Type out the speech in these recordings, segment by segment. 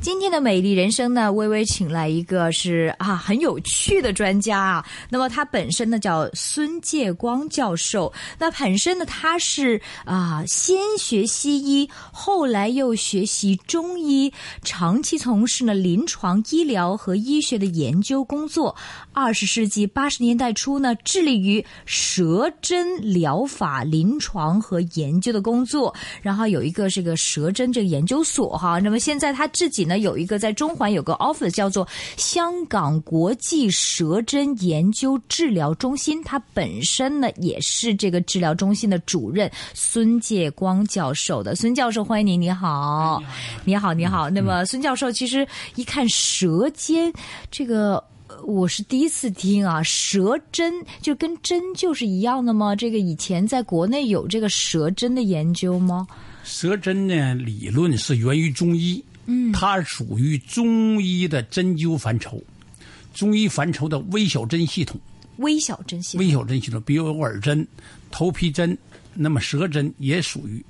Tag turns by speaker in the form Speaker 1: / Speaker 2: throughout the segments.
Speaker 1: 今天的美丽人生呢，微微请来一个是啊很有趣的专家啊。那么他本身呢叫孙介光教授，那本身呢他是啊先学西医，后来又学习中医，长期从事呢临床医疗和医学的研究工作。二十世纪八十年代初呢，致力于舌针疗法临床和研究的工作，然后有一个这个舌针这个研究所哈。那么现在他自己呢有一个在中环有个 office 叫做香港国际舌针研究治疗中心，他本身呢也是这个治疗中心的主任孙介光教授的。孙教授，欢迎您，你好，哎你好，你好。那么孙教授，其实一看舌尖这个。呃我是第一次听啊，舌针就跟针灸是一样的吗？这个以前在国内有这个舌针的研究吗？
Speaker 2: 舌针呢，理论是源于中医，嗯，它属于中医的针灸范畴，中医范畴的微小针系统，
Speaker 1: 微小针系
Speaker 2: 微小针系统，比如有耳针、头皮针，那么舌针也属于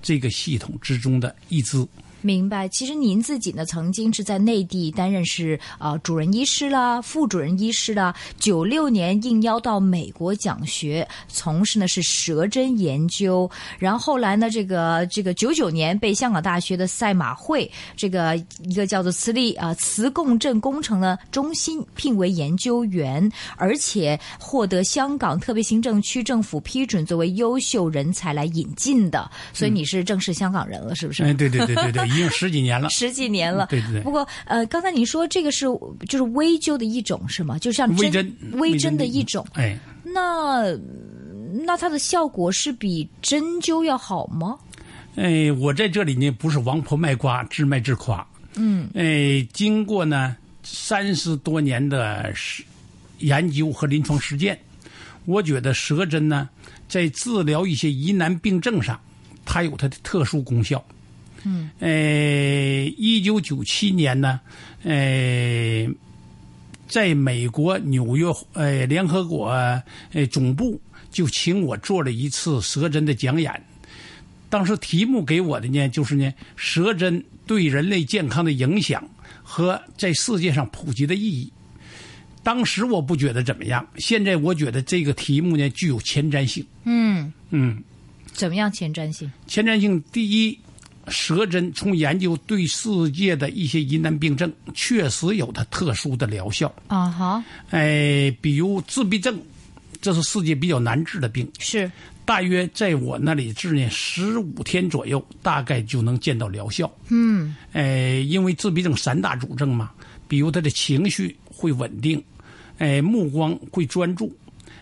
Speaker 2: 这个系统之中的一支。
Speaker 1: 明白。其实您自己呢，曾经是在内地担任是啊、呃主任医师啦、副主任医师啦。九六年应邀到美国讲学，从事呢是舌针研究。然后后来呢，这个这个九九年被香港大学的赛马会这个一个叫做磁力啊、呃磁共振工程的中心聘为研究员，而且获得香港特别行政区政府批准作为优秀人才来引进的。所以你是正式香港人了，是不是？。
Speaker 2: 哎，对对对对对， 已经十几年 了
Speaker 1: 十几年了。
Speaker 2: 对对对
Speaker 1: 不过呃，刚才你说这个是就是微灸的一种是吗？就像针
Speaker 2: 微针，
Speaker 1: 微针的一种。
Speaker 2: 哎，
Speaker 1: 那嗯那它的效果是比针灸要好吗？
Speaker 2: 哎，我在这里呢，不是王婆卖瓜，自卖自夸。嗯，哎，经过呢三十多年的实研究和临床实践，我觉得舌针呢，在治疗一些疑难病症上，它有它的特殊功效。嗯，呃，一九九七年呢，呃，在美国纽约呃联合国呃总部就请我做了一次舌针的讲演。当时题目给我的呢，就是呢，舌针对人类健康的影响和在世界上普及的意义。当时我不觉得怎么样，现在我觉得这个题目呢具有前瞻性。
Speaker 1: 嗯
Speaker 2: 嗯，
Speaker 1: 怎么样前瞻性？
Speaker 2: 前瞻性第一，舌针从研究对世界的一些疑难病症，确实有它特殊的疗效。
Speaker 1: 啊哈，
Speaker 2: 哎，比如自闭症，这是世界比较难治的病，
Speaker 1: 是
Speaker 2: 大约在我那里治呢十五天左右，大概就能见到疗效。嗯，呃，因为自闭症三大主症嘛，比如他的情绪会稳定，呃，目光会专注，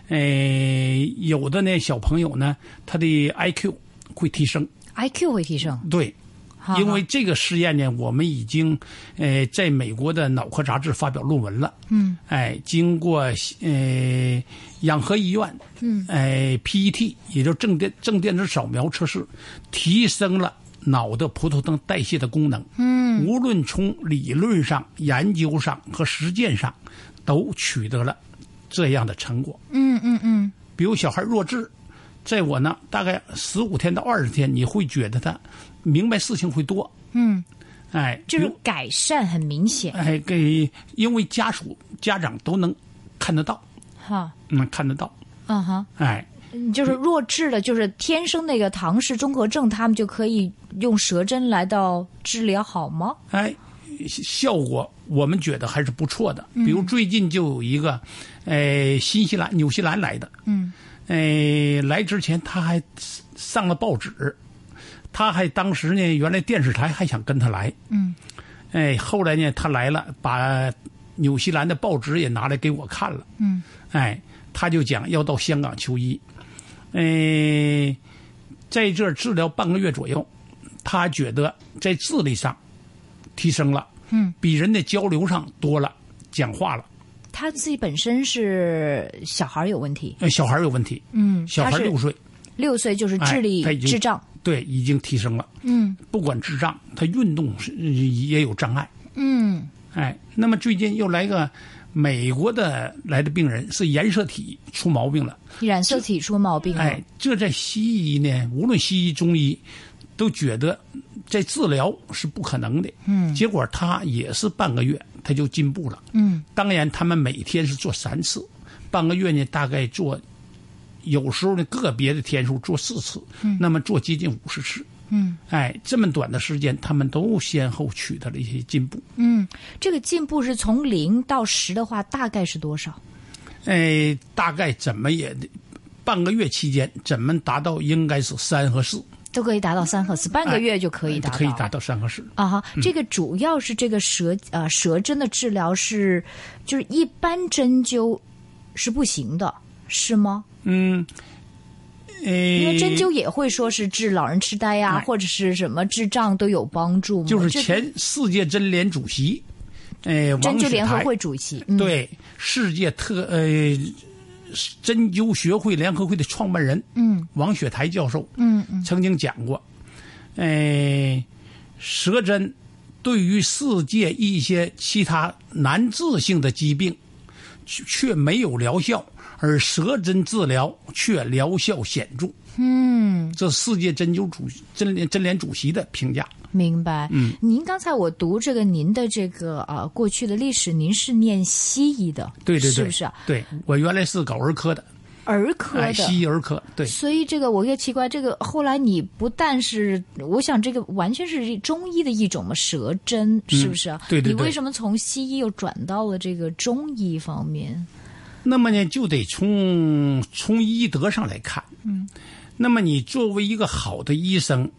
Speaker 2: 呃，有的呢小朋友呢，他的 IQ 会提升，
Speaker 1: IQ 会提升，
Speaker 2: 对。
Speaker 1: 哈哈
Speaker 2: 因为这个试验呢，我们已经，呃，在美国的脑科杂志发表论文了。嗯，哎，经过呃养和医院，嗯，哎 PET，也就正电正电子扫描测试，提升了脑的葡萄糖代谢的功能。嗯，无论从理论上、研究上和实践上，都取得了这样的成果。
Speaker 1: 嗯嗯嗯，
Speaker 2: 比如小孩弱智，在我呢大概十五天到二十天，你会觉得他明白事情会多。
Speaker 1: 嗯，
Speaker 2: 哎，
Speaker 1: 就是
Speaker 2: 比如
Speaker 1: 改善很明显
Speaker 2: 哎给，因为家属家长都能看得到，
Speaker 1: 哈。
Speaker 2: 嗯，看得到，
Speaker 1: 啊哈，
Speaker 2: 哎，
Speaker 1: 嗯就是弱智的，就是天生那个唐氏综合症，他们就可以用舌针来到治疗好吗？
Speaker 2: 哎，效果我们觉得还是不错的。比如最近就有一个，呃，新西兰、纽西兰来的，嗯，呃，来之前他还上了报纸，他还当时呢，原来电视台还想跟他来，嗯，哎，后来呢，他来了，把纽西兰的报纸也拿来给我看了，嗯，哎，他就讲要到香港求医，哎，在这儿治疗半个月左右，他觉得在智力上。提升了，嗯，比人的交流上多了，讲话了。
Speaker 1: 他自己本身是小孩儿有问题，
Speaker 2: 呃小孩有问题，嗯，小孩
Speaker 1: 他是
Speaker 2: 六岁，
Speaker 1: 六岁就是
Speaker 2: 哎
Speaker 1: 智力、
Speaker 2: 他已经
Speaker 1: 智障，
Speaker 2: 对，已经提升了，嗯，不管智障，他运动是呃也有障碍，
Speaker 1: 嗯，
Speaker 2: 哎，那么最近又来个美国的来的病人是染色体出毛病了，
Speaker 1: 染色嗯
Speaker 2: 哎
Speaker 1: 体出毛病了。
Speaker 2: 哎，这在西医呢，无论西医中医，都觉得这治疗是不可能的。嗯，结果他也是半个月，他就进步了。嗯，当然他们每天是做三次，半个月呢大概做，有时候呢个别的天数做四次，那么做接近五十次。嗯，哎，这么短的时间，他们都先后取得了一些进步。
Speaker 1: 嗯，这个进步是从零到十的话，大概是多少？
Speaker 2: 哎，大概怎么也得半个月期间，怎么达到应该是三和四，
Speaker 1: 都可以达到三和四，半个月就可以达到。
Speaker 2: 哎可以达嗯到三和四。
Speaker 1: 啊哈，这个主要是这个舌呃舌针的治疗是，就是一般针灸是不行的，是吗？
Speaker 2: 嗯，
Speaker 1: 因为
Speaker 2: 哎，
Speaker 1: 针灸也会说是治老人痴呆呀、
Speaker 2: 哎
Speaker 1: 或者是什么智障都有帮助嘛。
Speaker 2: 就是
Speaker 1: 这
Speaker 2: 前世界针联主席，哎，
Speaker 1: 针
Speaker 2: 王
Speaker 1: 灸
Speaker 2: 雪
Speaker 1: 联合
Speaker 2: 台
Speaker 1: 会主席，嗯，
Speaker 2: 对世界特呃针灸学会联合会的创办人，嗯，王雪台教授，嗯嗯，曾经讲过，哎，舌针对于世界一些其他难治性的疾病却却没有疗效，而舌针治疗却疗效显著。嗯，这世界针灸主针联针联主席的评价。
Speaker 1: 明白。嗯，您刚才我读这个您的这个啊过去的历史，您是念西医的，
Speaker 2: 对对对，
Speaker 1: 是不是啊？
Speaker 2: 对我原来是搞儿科的，
Speaker 1: 儿科
Speaker 2: 哎，
Speaker 1: 的。
Speaker 2: 西医儿科，对，
Speaker 1: 所以这个我也奇怪，这个后来你不但是，我想这个完全是中医的一种嘛，舌针是不是啊、
Speaker 2: 嗯对对对
Speaker 1: 你为什么从西医又转到了这个中医方面？
Speaker 2: 那么呢，就得从从医德上来看。嗯，那么你作为一个好的医生，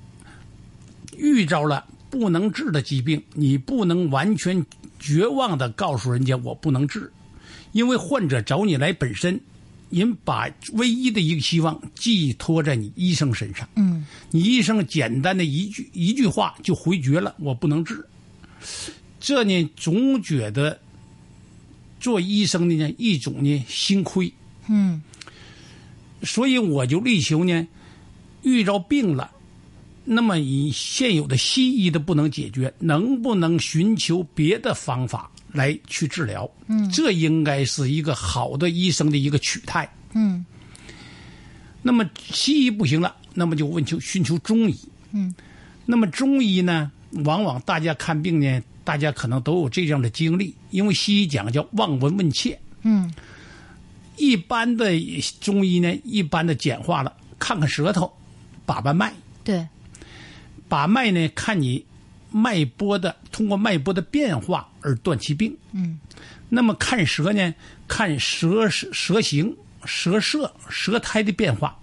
Speaker 2: 遇着了不能治的疾病，你不能完全绝望的告诉人家我不能治，因为患者找你来本身，人把唯一的一个希望寄托在你医生身上。嗯，你医生简单的一句一句话就回绝了我不能治，这呢总觉得做医生的呢一种呢心亏。嗯，所以我就力求呢，遇着病了，那么以现有的西医的不能解决，能不能寻求别的方法来去治疗？嗯，这应该是一个好的医生的一个取态。嗯，那么西医不行了，那么就问求寻求中医。那么中医呢，往往大家看病呢，大家可能都有这样的经历，因为西医讲叫望闻问切。嗯，一般的中医呢，一般的简化了，看看舌头，把把脉，
Speaker 1: 对，
Speaker 2: 把脉呢，看你脉搏的，通过脉搏的变化而断其病。嗯，那么看舌呢，看舌舌形、舌色、舌苔的变化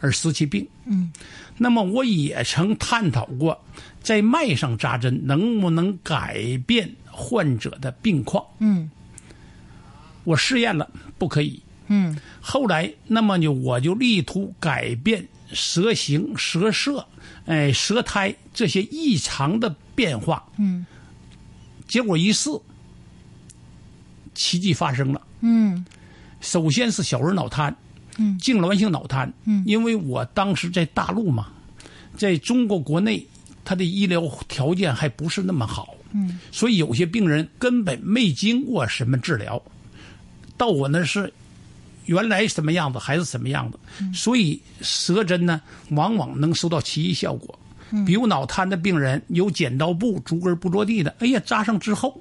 Speaker 2: 而识其病。嗯，那么我也曾探讨过，在脉上扎针能不能改变患者的病况。嗯，我试验了，不可以。嗯后来，那么就我就力图改变舌形、舌色、哎、舌苔这些异常的变化。嗯，结果一试，奇迹发生了。嗯，首先是小儿脑瘫，嗯，痉挛性脑瘫。嗯，因为我当时在大陆嘛，在中国国内，他的医疗条件还不是那么好。嗯，所以有些病人根本没经过什么治疗，到我那是原来什么样子还是什么样子，所以舌针呢，往往能收到奇异效果。比如脑瘫的病人有剪刀布足跟不着地的，哎呀，扎上之后，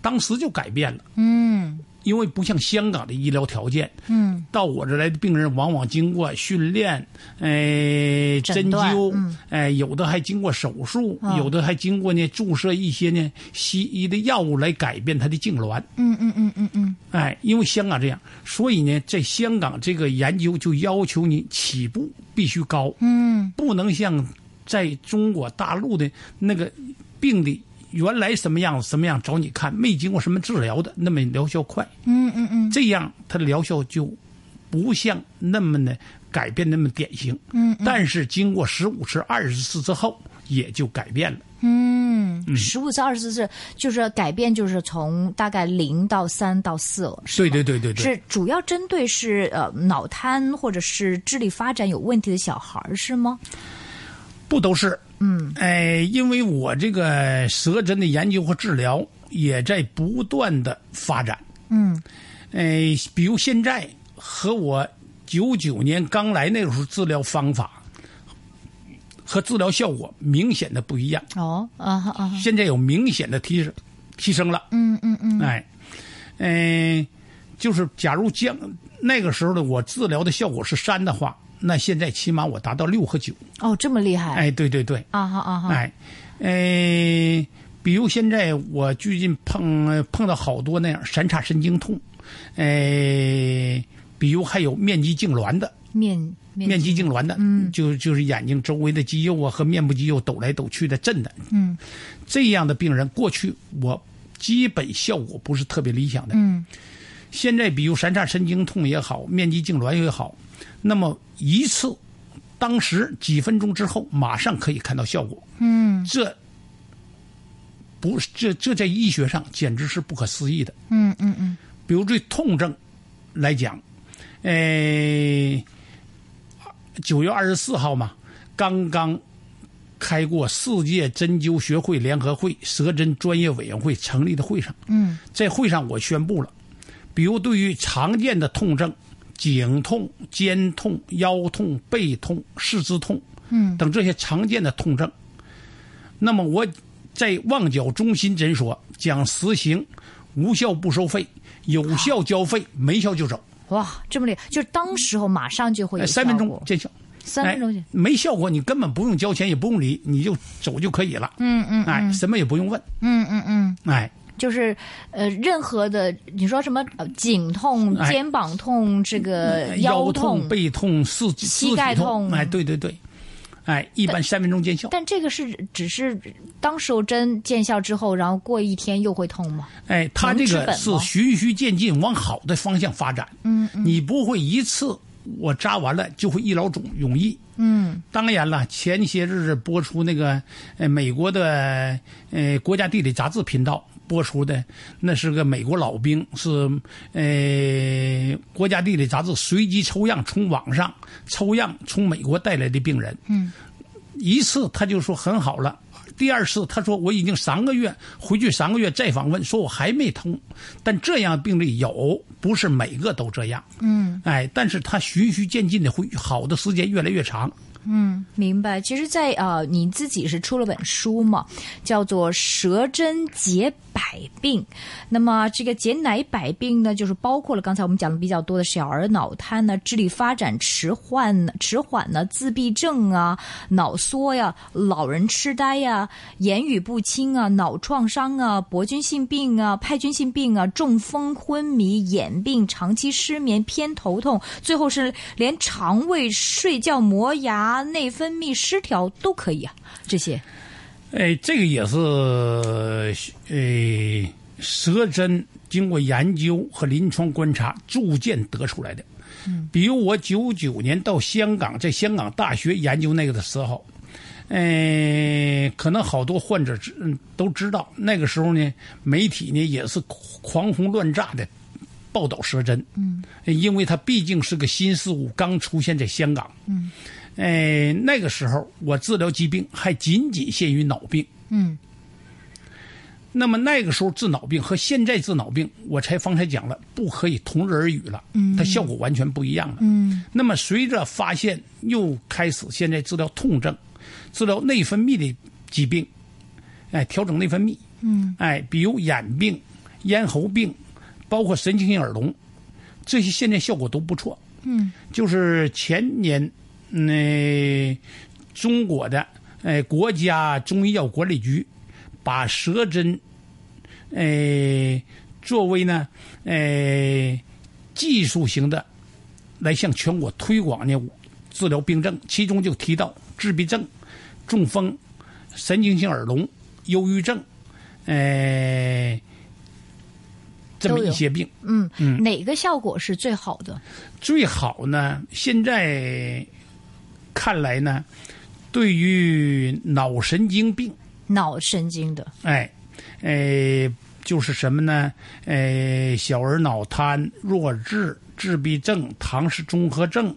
Speaker 2: 当时就改变了。嗯，因为不像香港的医疗条件，嗯，到我这来的病人往往经过训练，哎、针
Speaker 1: 诊断
Speaker 2: 灸，哎、有的还经过手术，有的还经过呢注射一些呢西医的药物来改变他的痉挛。哎，因为香港这样，所以呢，在香港这个研究就要求你起步必须高，嗯，不能像在中国大陆的那个病的原来什么样什么样找你看，没经过什么治疗的，那么疗效快，嗯嗯嗯，这样它的疗效就不像那么的改变那么典型，嗯但是经过十五次、二十次之后，也就改变了。嗯
Speaker 1: 十五次、二十次，就是改变，就是从大概零到三到四了，是
Speaker 2: 对
Speaker 1: 吗
Speaker 2: 对对对对，
Speaker 1: 是主要针对是呃脑瘫或者是智力发展有问题的小孩儿是吗？
Speaker 2: 不都是，嗯，哎，因为我这个舌针的研究和治疗也在不断的发展，嗯，哎，比如现在和我九九年刚来那个时候治疗方法和治疗效果明显的不一样，
Speaker 1: 哦，啊哈啊哈，
Speaker 2: 现在有明显的提升提升了。
Speaker 1: 嗯嗯嗯，
Speaker 2: 哎，嗯、就是假如将那个时候的我治疗的效果是三的话，那现在起码我达到六和九。
Speaker 1: 哦，这么厉害，
Speaker 2: 哎，对对对，
Speaker 1: 啊哈啊哈，
Speaker 2: 哎，哎，比如现在我最近碰呃碰到好多那样闪叉神经痛，哎，比如还有面肌痉挛的，
Speaker 1: 面面
Speaker 2: 面肌痉挛的，嗯，就就是眼睛周围的肌肉啊和面部肌肉抖来抖去的震的，嗯，这样的病人过去我基本效果不是特别理想的，
Speaker 1: 嗯，
Speaker 2: 现在比如闪叉神经痛也好，面肌痉挛也好，那么一次，当时几分钟之后马上可以看到效果，嗯，这。不是，这这在医学上简直是不可思议的。
Speaker 1: 嗯嗯嗯，
Speaker 2: 比如对痛症来讲，呃，九月二十四号嘛，刚刚开过世界针灸学会联合会舌针专业委员会成立的会上，
Speaker 1: 嗯，
Speaker 2: 在会上我宣布了，比如对于常见的痛症，颈痛、肩痛、腰痛、背痛、四肢痛，嗯，等这些常见的痛症，那么我在旺角中心诊所将实行无效不收费，有效交费，没效就走，
Speaker 1: 哇，这么厉害，就是当时候马上就会啊有
Speaker 2: 哎三分
Speaker 1: 效
Speaker 2: 钟
Speaker 1: 果
Speaker 2: 见效。
Speaker 1: 三分钟就
Speaker 2: 哎，没效果，你根本不用交钱，也不用理，你就走就可以了。嗯嗯，哎，什么也不用问。
Speaker 1: 嗯嗯嗯，
Speaker 2: 哎，
Speaker 1: 就是呃，任何的你说什么呃颈痛、
Speaker 2: 哎嗯
Speaker 1: 肩膀痛，这个
Speaker 2: 腰
Speaker 1: 痛，
Speaker 2: 背痛、四肢
Speaker 1: 膝
Speaker 2: 肢体
Speaker 1: 盖
Speaker 2: 痛，
Speaker 1: 痛
Speaker 2: 哎，对对对，哎，一般三分钟见效。
Speaker 1: 但这个是只是当时候针见效之后，然后过一天又会痛吗？
Speaker 2: 哎，它这
Speaker 1: 治
Speaker 2: 个
Speaker 1: 本
Speaker 2: 是
Speaker 1: 吗
Speaker 2: 循序渐进，往好的方向发展。嗯嗯，你不会一次我扎完了就会一劳永永逸。嗯，当然了，前些日子播出那个呃美国的呃国家地理杂志频道播出的，那是个美国老兵，是呃国家地理杂志随机抽样从网上抽样从美国带来的病人。嗯，一次他就说很好了，第二次他说我已经三个月回去三个月再访问，说我还没通，但这样病例有，不是每个都这样。嗯，哎，但是他循序渐进的会好的时间越来越长。
Speaker 1: 明白。其实在，呃，你自己是出了本书嘛，叫做《舌针解百病》。那么这个解哪百病呢？就是包括了刚才我们讲的比较多的小儿脑瘫呢、智力发展迟缓、迟缓呢、自闭症啊、脑缩呀、老人痴呆呀、言语不清啊、脑创伤啊、铂菌性病啊、派菌性病啊、中风、昏迷、眼病、长期失眠、偏头痛，最后是连肠胃、睡觉、磨牙、内分泌失调都可以啊。这些，
Speaker 2: 哎，这个也是呃舌针经过研究和临床观察逐渐得出来的。比如我九九年到香港，在香港大学研究那个的时候，呃，可能好多患者知嗯都知道，那个时候呢，媒体呢也是狂轰乱炸的报道舌针，嗯，因为它毕竟是个新事物，刚出现在香港，嗯，哎，那个时候我治疗疾病还仅仅限于脑病，
Speaker 1: 嗯，
Speaker 2: 那么那个时候治脑病和现在治脑病，我才方才讲了，不可以同日而语了，嗯，它效果完全不一样了，嗯，那么随着发现又开始现在治疗痛症，治疗内分泌的疾病，哎，调整内分泌，嗯，哎，比如眼病、咽喉病，包括神经性耳聋，这些现在效果都不错。嗯，就是前年，嗯呃，中国的呃国家中医药管理局把舌针，呃，作为呢，呃，技术型的来向全国推广呢治疗病症，其中就提到自闭症、中风、神经性耳聋、忧郁症，呃，这么
Speaker 1: 都有
Speaker 2: 一些病。
Speaker 1: 嗯，哪个效果是最好的？
Speaker 2: 最好呢，现在看来呢，对于脑神经病，
Speaker 1: 脑神经的，
Speaker 2: 哎，哎，就是什么呢？哎，小儿脑瘫、弱智、自闭症、唐氏综合症，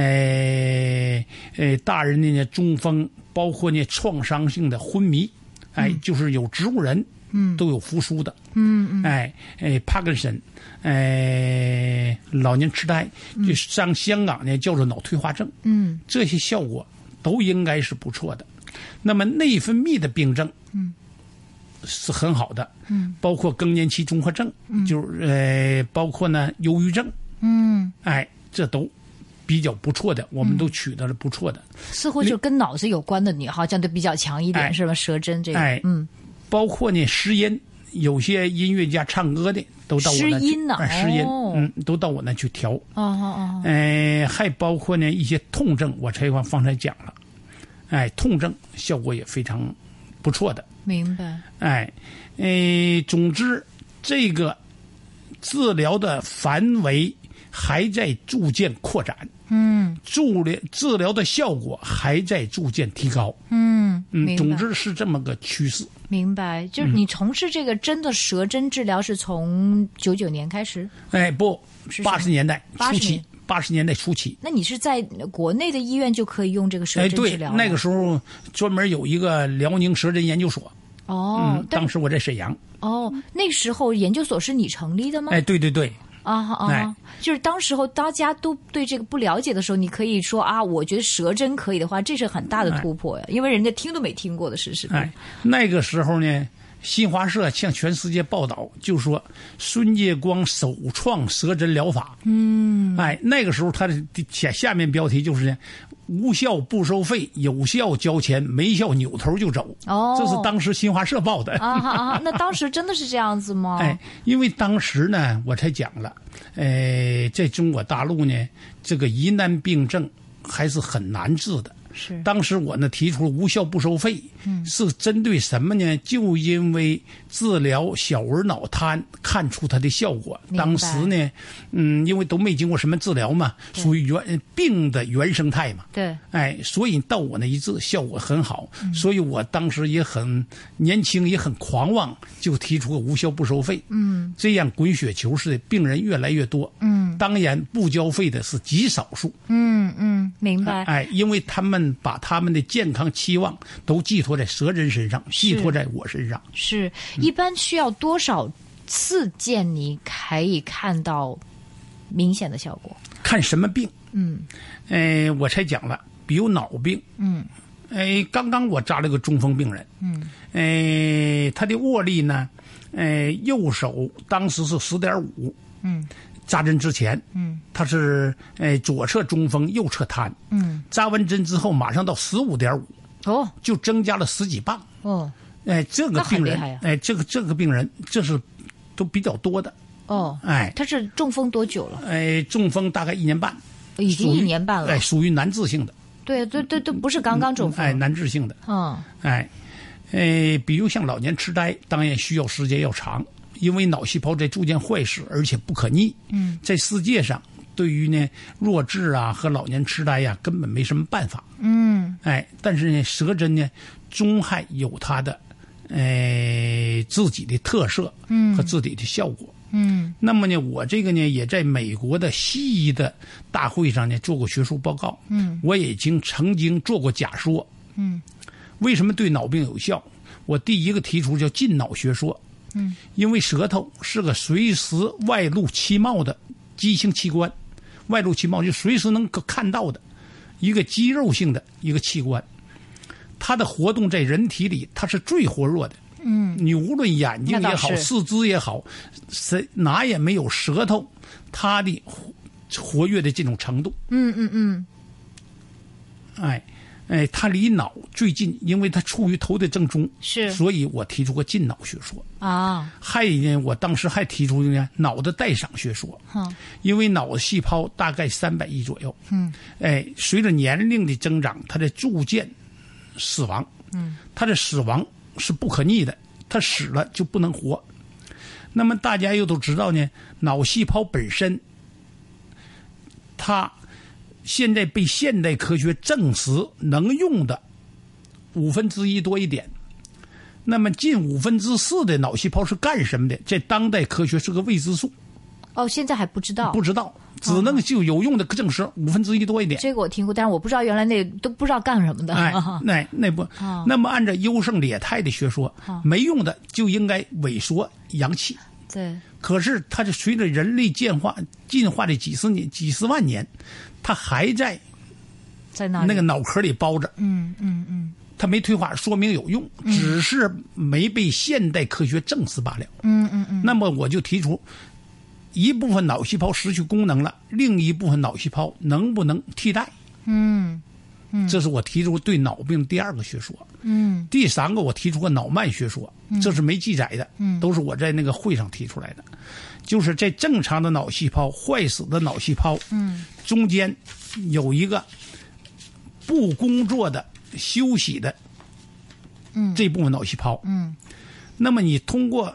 Speaker 2: 哎，哎，大人的呢中风，包括呢创伤性的昏迷，哎，就是有植物人，嗯，都有复苏的，嗯嗯，哎，呃哎，帕金森，嗯哎，老年痴呆，就上香港呢叫做脑退化症，嗯，这些效果都应该是不错的。那么内分泌的病症，嗯，是很好的，嗯，包括更年期综合症，嗯，就是呃，包括呢忧郁症，嗯，哎，这都比较不错的，我们都取得了不错的，
Speaker 1: 似乎就跟脑子有关的，你好像对比较强一点，
Speaker 2: 哎
Speaker 1: 是吧？舌针这个，
Speaker 2: 哎
Speaker 1: 嗯，
Speaker 2: 包括呢失音，有些音乐家唱歌的都到我那
Speaker 1: 失
Speaker 2: 去
Speaker 1: 音呐
Speaker 2: 哎失音，
Speaker 1: 哦
Speaker 2: 嗯，都到我那去调，
Speaker 1: 哦哦哦，
Speaker 2: 哎，还包括呢一些痛症，我才刚方才讲了，哎，痛症效果也非常不错的，
Speaker 1: 明白。
Speaker 2: 哎，哎，总之这个治疗的范围还在逐渐扩展，嗯，治疗治疗的效果还在逐渐提高，
Speaker 1: 嗯，
Speaker 2: 嗯，
Speaker 1: 明白
Speaker 2: 总之是这么个趋势，
Speaker 1: 明白，
Speaker 2: 嗯
Speaker 1: 就是你从事这个针的舌针治疗是从九九年开始，
Speaker 2: 哎，不，
Speaker 1: 是什么
Speaker 2: 八十年代
Speaker 1: 80
Speaker 2: 初期
Speaker 1: 年，
Speaker 2: 八十年代初期，
Speaker 1: 那你是在国内的医院就可以用这个舌
Speaker 2: 哎，
Speaker 1: 针治
Speaker 2: 对，
Speaker 1: 疗、
Speaker 2: 那个时候专门有一个辽宁舌诊研究所。
Speaker 1: 哦，
Speaker 2: 嗯，
Speaker 1: 但
Speaker 2: 当时我在沈阳。
Speaker 1: 哦，那时候研究所是你成立的吗？
Speaker 2: 哎，对对对，
Speaker 1: 啊哈啊哈
Speaker 2: 哎，
Speaker 1: 就是当时候大家都对这个不了解的时候，你可以说啊，我觉得舌针可以的话，这是很大的突破呀，因为人家听都没听过的事实。
Speaker 2: 哎，那个时候呢，新华社向全世界报道，就说孙介光首创舌诊疗法。嗯，哎，那个时候他的下下面标题就是呢，无效不收费，有效交钱，没效扭头就走。
Speaker 1: 哦
Speaker 2: 这是当时新华社报的。
Speaker 1: 啊哈啊哈，那当时真的是这样子吗？
Speaker 2: 哎，因为当时呢，我才讲了，呃，在中国大陆呢，这个疑难病症还是很难治的。
Speaker 1: 是嗯
Speaker 2: 当时我呢提出了无效不收费，是针对什么呢？就因为治疗小儿脑瘫看出它的效果。
Speaker 1: 明白
Speaker 2: 当时呢，嗯，因为都没经过什么治疗嘛，属于原病的原生态嘛。
Speaker 1: 对，
Speaker 2: 哎，所以到我那一治效果很好，
Speaker 1: 嗯
Speaker 2: 所以我当时也很年轻，也很狂妄，就提出个无效不收费。嗯，这样滚雪球似的，病人越来越多。嗯，当然不交费的是极少数。
Speaker 1: 嗯嗯，明白。
Speaker 2: 哎，因为他们把他们的健康期望都寄托在蛇人身上，寄托在我身上。
Speaker 1: 是
Speaker 2: 嗯
Speaker 1: 一般需要多少次见你可以看到明显的效果？
Speaker 2: 看什么病？嗯，哎，我才讲了，比如脑病。嗯，哎，刚刚我扎了个中风病人。嗯，哎，他的握力呢？哎，右手当时是十点五。
Speaker 1: 嗯，
Speaker 2: 扎针之前，嗯，他是哎左侧中风，右侧瘫。嗯，扎完针之后马上到十五点五，
Speaker 1: 哦
Speaker 2: 就增加了十几磅。
Speaker 1: 哦
Speaker 2: 哎，这
Speaker 1: 那
Speaker 2: 个
Speaker 1: 很
Speaker 2: 病
Speaker 1: 厉
Speaker 2: 人
Speaker 1: 害啊呀，
Speaker 2: 哎，这个这个病人，这是都比较多的。
Speaker 1: 哦，
Speaker 2: 哎
Speaker 1: 他是中风多久了？
Speaker 2: 哎，中风大概一年半，
Speaker 1: 已经
Speaker 2: 属于
Speaker 1: 一年半了
Speaker 2: 哎，。属于难治性的，
Speaker 1: 对对对对，不是刚刚中风。
Speaker 2: 哎，难治性的，
Speaker 1: 嗯，
Speaker 2: 哎，哎，比如像老年痴呆，当然需要时间要长，因为脑细胞在逐渐坏死，而且不可逆。嗯，在世界上，对于呢弱智啊和老年痴呆呀、根本没什么办法。嗯，哎，但是呢，舌诊呢，中害有它的，哎，自己的特色，嗯，和自己的效果。嗯，那么呢，我这个呢也在美国的西医的大会上呢做过学术报告。嗯，我也已经曾经做过假说。为什么对脑病有效？我第一个提出叫近脑学说。嗯，因为舌头是个随时外露其貌的畸形器官，外露其貌就随时能可看到的一个肌肉性的一个器官，它的活动在人体里它是最活跃的。嗯，你无论眼睛
Speaker 1: 那
Speaker 2: 也
Speaker 1: 倒
Speaker 2: 好，
Speaker 1: 是
Speaker 2: 四肢也好，谁哪也没有舌头它的活活跃的这种程度。哎，哎，它离脑最近，因为它处于头的正中，
Speaker 1: 是
Speaker 2: 所以我提出过近脑学说。
Speaker 1: 啊，
Speaker 2: 还有呢，我当时还提出呢脑的带赏学说，
Speaker 1: 哼
Speaker 2: 因为脑细胞大概三百亿左右，嗯，哎，随着年龄的增长，它的逐渐死亡，嗯，它的死亡是不可逆的，它死了就不能活。那么大家又都知道呢，脑细胞本身，它现在被现代科学证实能用的五分之一多一点。那么近五分之四的脑细胞是干什么的？在当代科学是个未知数，
Speaker 1: 哦，现在还不知道
Speaker 2: 不。知道，只能就有用的证实五分之一多一点。
Speaker 1: 这个我啊听过，但是我不知道原来那都不知道干什么的。
Speaker 2: 哎，那那不，那么按照优胜劣汰的学说，没用的就应该萎缩阳气。
Speaker 1: 对，
Speaker 2: 可是它是随着人类进化进化的几十年、几十万年，它还在
Speaker 1: 在那里
Speaker 2: 那个脑壳里包着，
Speaker 1: 嗯嗯嗯
Speaker 2: 它没退化，说明有用，只是没被现代科学证实罢了。
Speaker 1: 嗯嗯嗯，
Speaker 2: 那么我就提出，一部分脑细胞失去功能了，另一部分脑细胞能不能替代？嗯，这是我提出对脑病第二个学说。嗯，第三个我提出个脑脉学说，这是没记载的，嗯，都是我在那个会上提出来的，就是在正常的脑细胞、坏死的脑细胞，嗯，中间有一个不工作的休息的，嗯，这部分脑细胞，
Speaker 1: 嗯，
Speaker 2: 那么你通过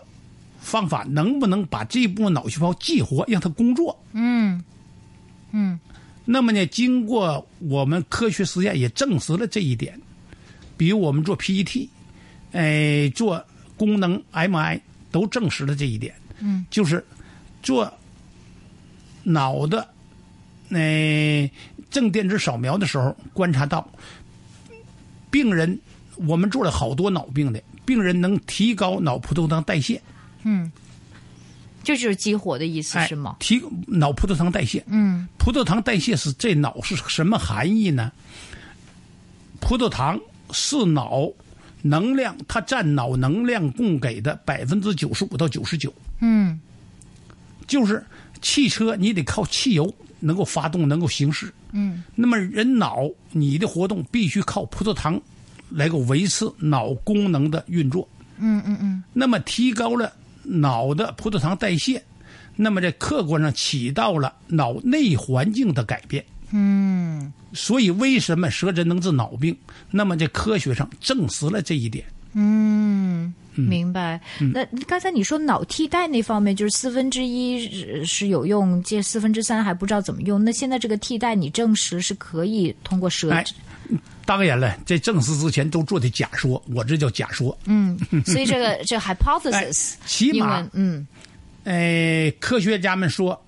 Speaker 2: 方法能不能把这部分脑细胞激活，让它工作？嗯那么呢，经过我们科学实验也证实了这一点，比如我们做 PET，哎、做功能 MI 都证实了这一点。嗯，就是做脑的哎、正电子扫描的时候，观察到病人，我们做了好多脑病的病人能提高脑葡萄糖代谢，
Speaker 1: 这就是激活的意思
Speaker 2: 哎
Speaker 1: 是吗？
Speaker 2: 提脑葡萄糖代谢，
Speaker 1: 嗯
Speaker 2: 葡萄糖代谢是这脑是什么含义呢？葡萄糖是脑能量，它占脑能量供给的百分之九十五到九十九。
Speaker 1: 嗯
Speaker 2: 就是汽车，你得靠汽油能够发动，能够行驶。
Speaker 1: 嗯，
Speaker 2: 那么人脑你的活动必须靠葡萄糖来够维持脑功能的运作。
Speaker 1: 嗯嗯嗯
Speaker 2: 那么提高了脑的葡萄糖代谢，那么在客观上起到了脑内环境的改变。
Speaker 1: 嗯
Speaker 2: 所以为什么舌诊能治脑病？那么在科学上证实了这一点。
Speaker 1: 嗯，明白。
Speaker 2: 嗯
Speaker 1: 那刚才你说脑替代那方面，就是四分之一是是有用，这四分之三还不知道怎么用。那现在这个替代，你证实是可以通过舌，
Speaker 2: 哎，当然了，在证实之前都做的假说，我这叫假说。
Speaker 1: 嗯，所以这 个这
Speaker 2: 哎
Speaker 1: hypothesis，、，
Speaker 2: 起
Speaker 1: 英
Speaker 2: 码
Speaker 1: 文，嗯
Speaker 2: 呃，科学家们说，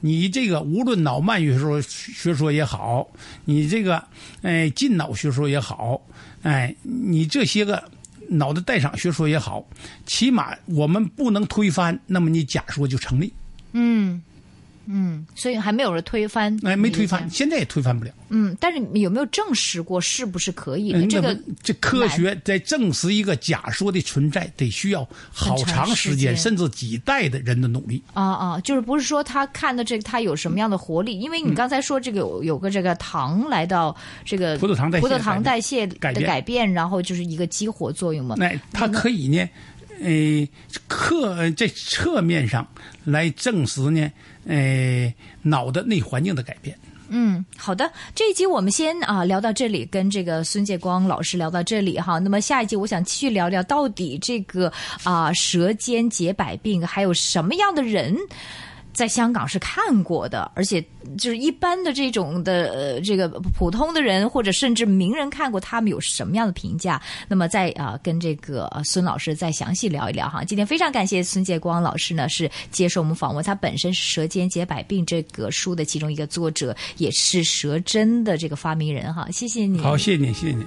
Speaker 2: 你这个无论脑漫学说学说也好，你这个呃近脑学说也好，哎、你这些个脑的代偿学说也好，起码我们不能推翻，那么你假说就成立。
Speaker 1: 嗯嗯，所以还没有人推翻，
Speaker 2: 哎，没
Speaker 1: 你的
Speaker 2: 推
Speaker 1: 意
Speaker 2: 翻，
Speaker 1: 见，
Speaker 2: 现在也推翻不了。
Speaker 1: 嗯，但是你有没有证实过是不是可以的？
Speaker 2: 嗯，
Speaker 1: 这
Speaker 2: 那
Speaker 1: 个
Speaker 2: 么这科学在证实一个假说的存在，得需要好
Speaker 1: 很
Speaker 2: 长
Speaker 1: 长
Speaker 2: 时
Speaker 1: 时
Speaker 2: 间，
Speaker 1: 间
Speaker 2: 甚至几代的人的努力。
Speaker 1: 啊啊，就是不是说他看的这个他有什么样的活力？因为你刚才说这个有有个这个糖来到这个
Speaker 2: 葡萄糖代谢
Speaker 1: 葡萄糖代谢的
Speaker 2: 改变
Speaker 1: 改变，然后就是一个激活作用嘛。
Speaker 2: 那它可以呢，呃，侧呃在侧面上来证实呢，呃，脑的内环境的改变。
Speaker 1: 嗯，好的，这一集我们先啊聊到这里，跟这个孙介光老师聊到这里哈。那么下一集我想继续聊聊到底这个啊舌尖结百病，还有什么样的人。在香港是看过的，而且就是一般的这种的呃，这个普通的人或者甚至名人看过，他们有什么样的评价？那么再啊、呃跟这个、呃孙老师再详细聊一聊哈。今天非常感谢孙介光老师呢，是接受我们访问，他本身是《舌尖结百病》这个书的其中一个作者，也是舌针的这个发明人哈。谢谢你，
Speaker 2: 好，谢谢你，谢谢你。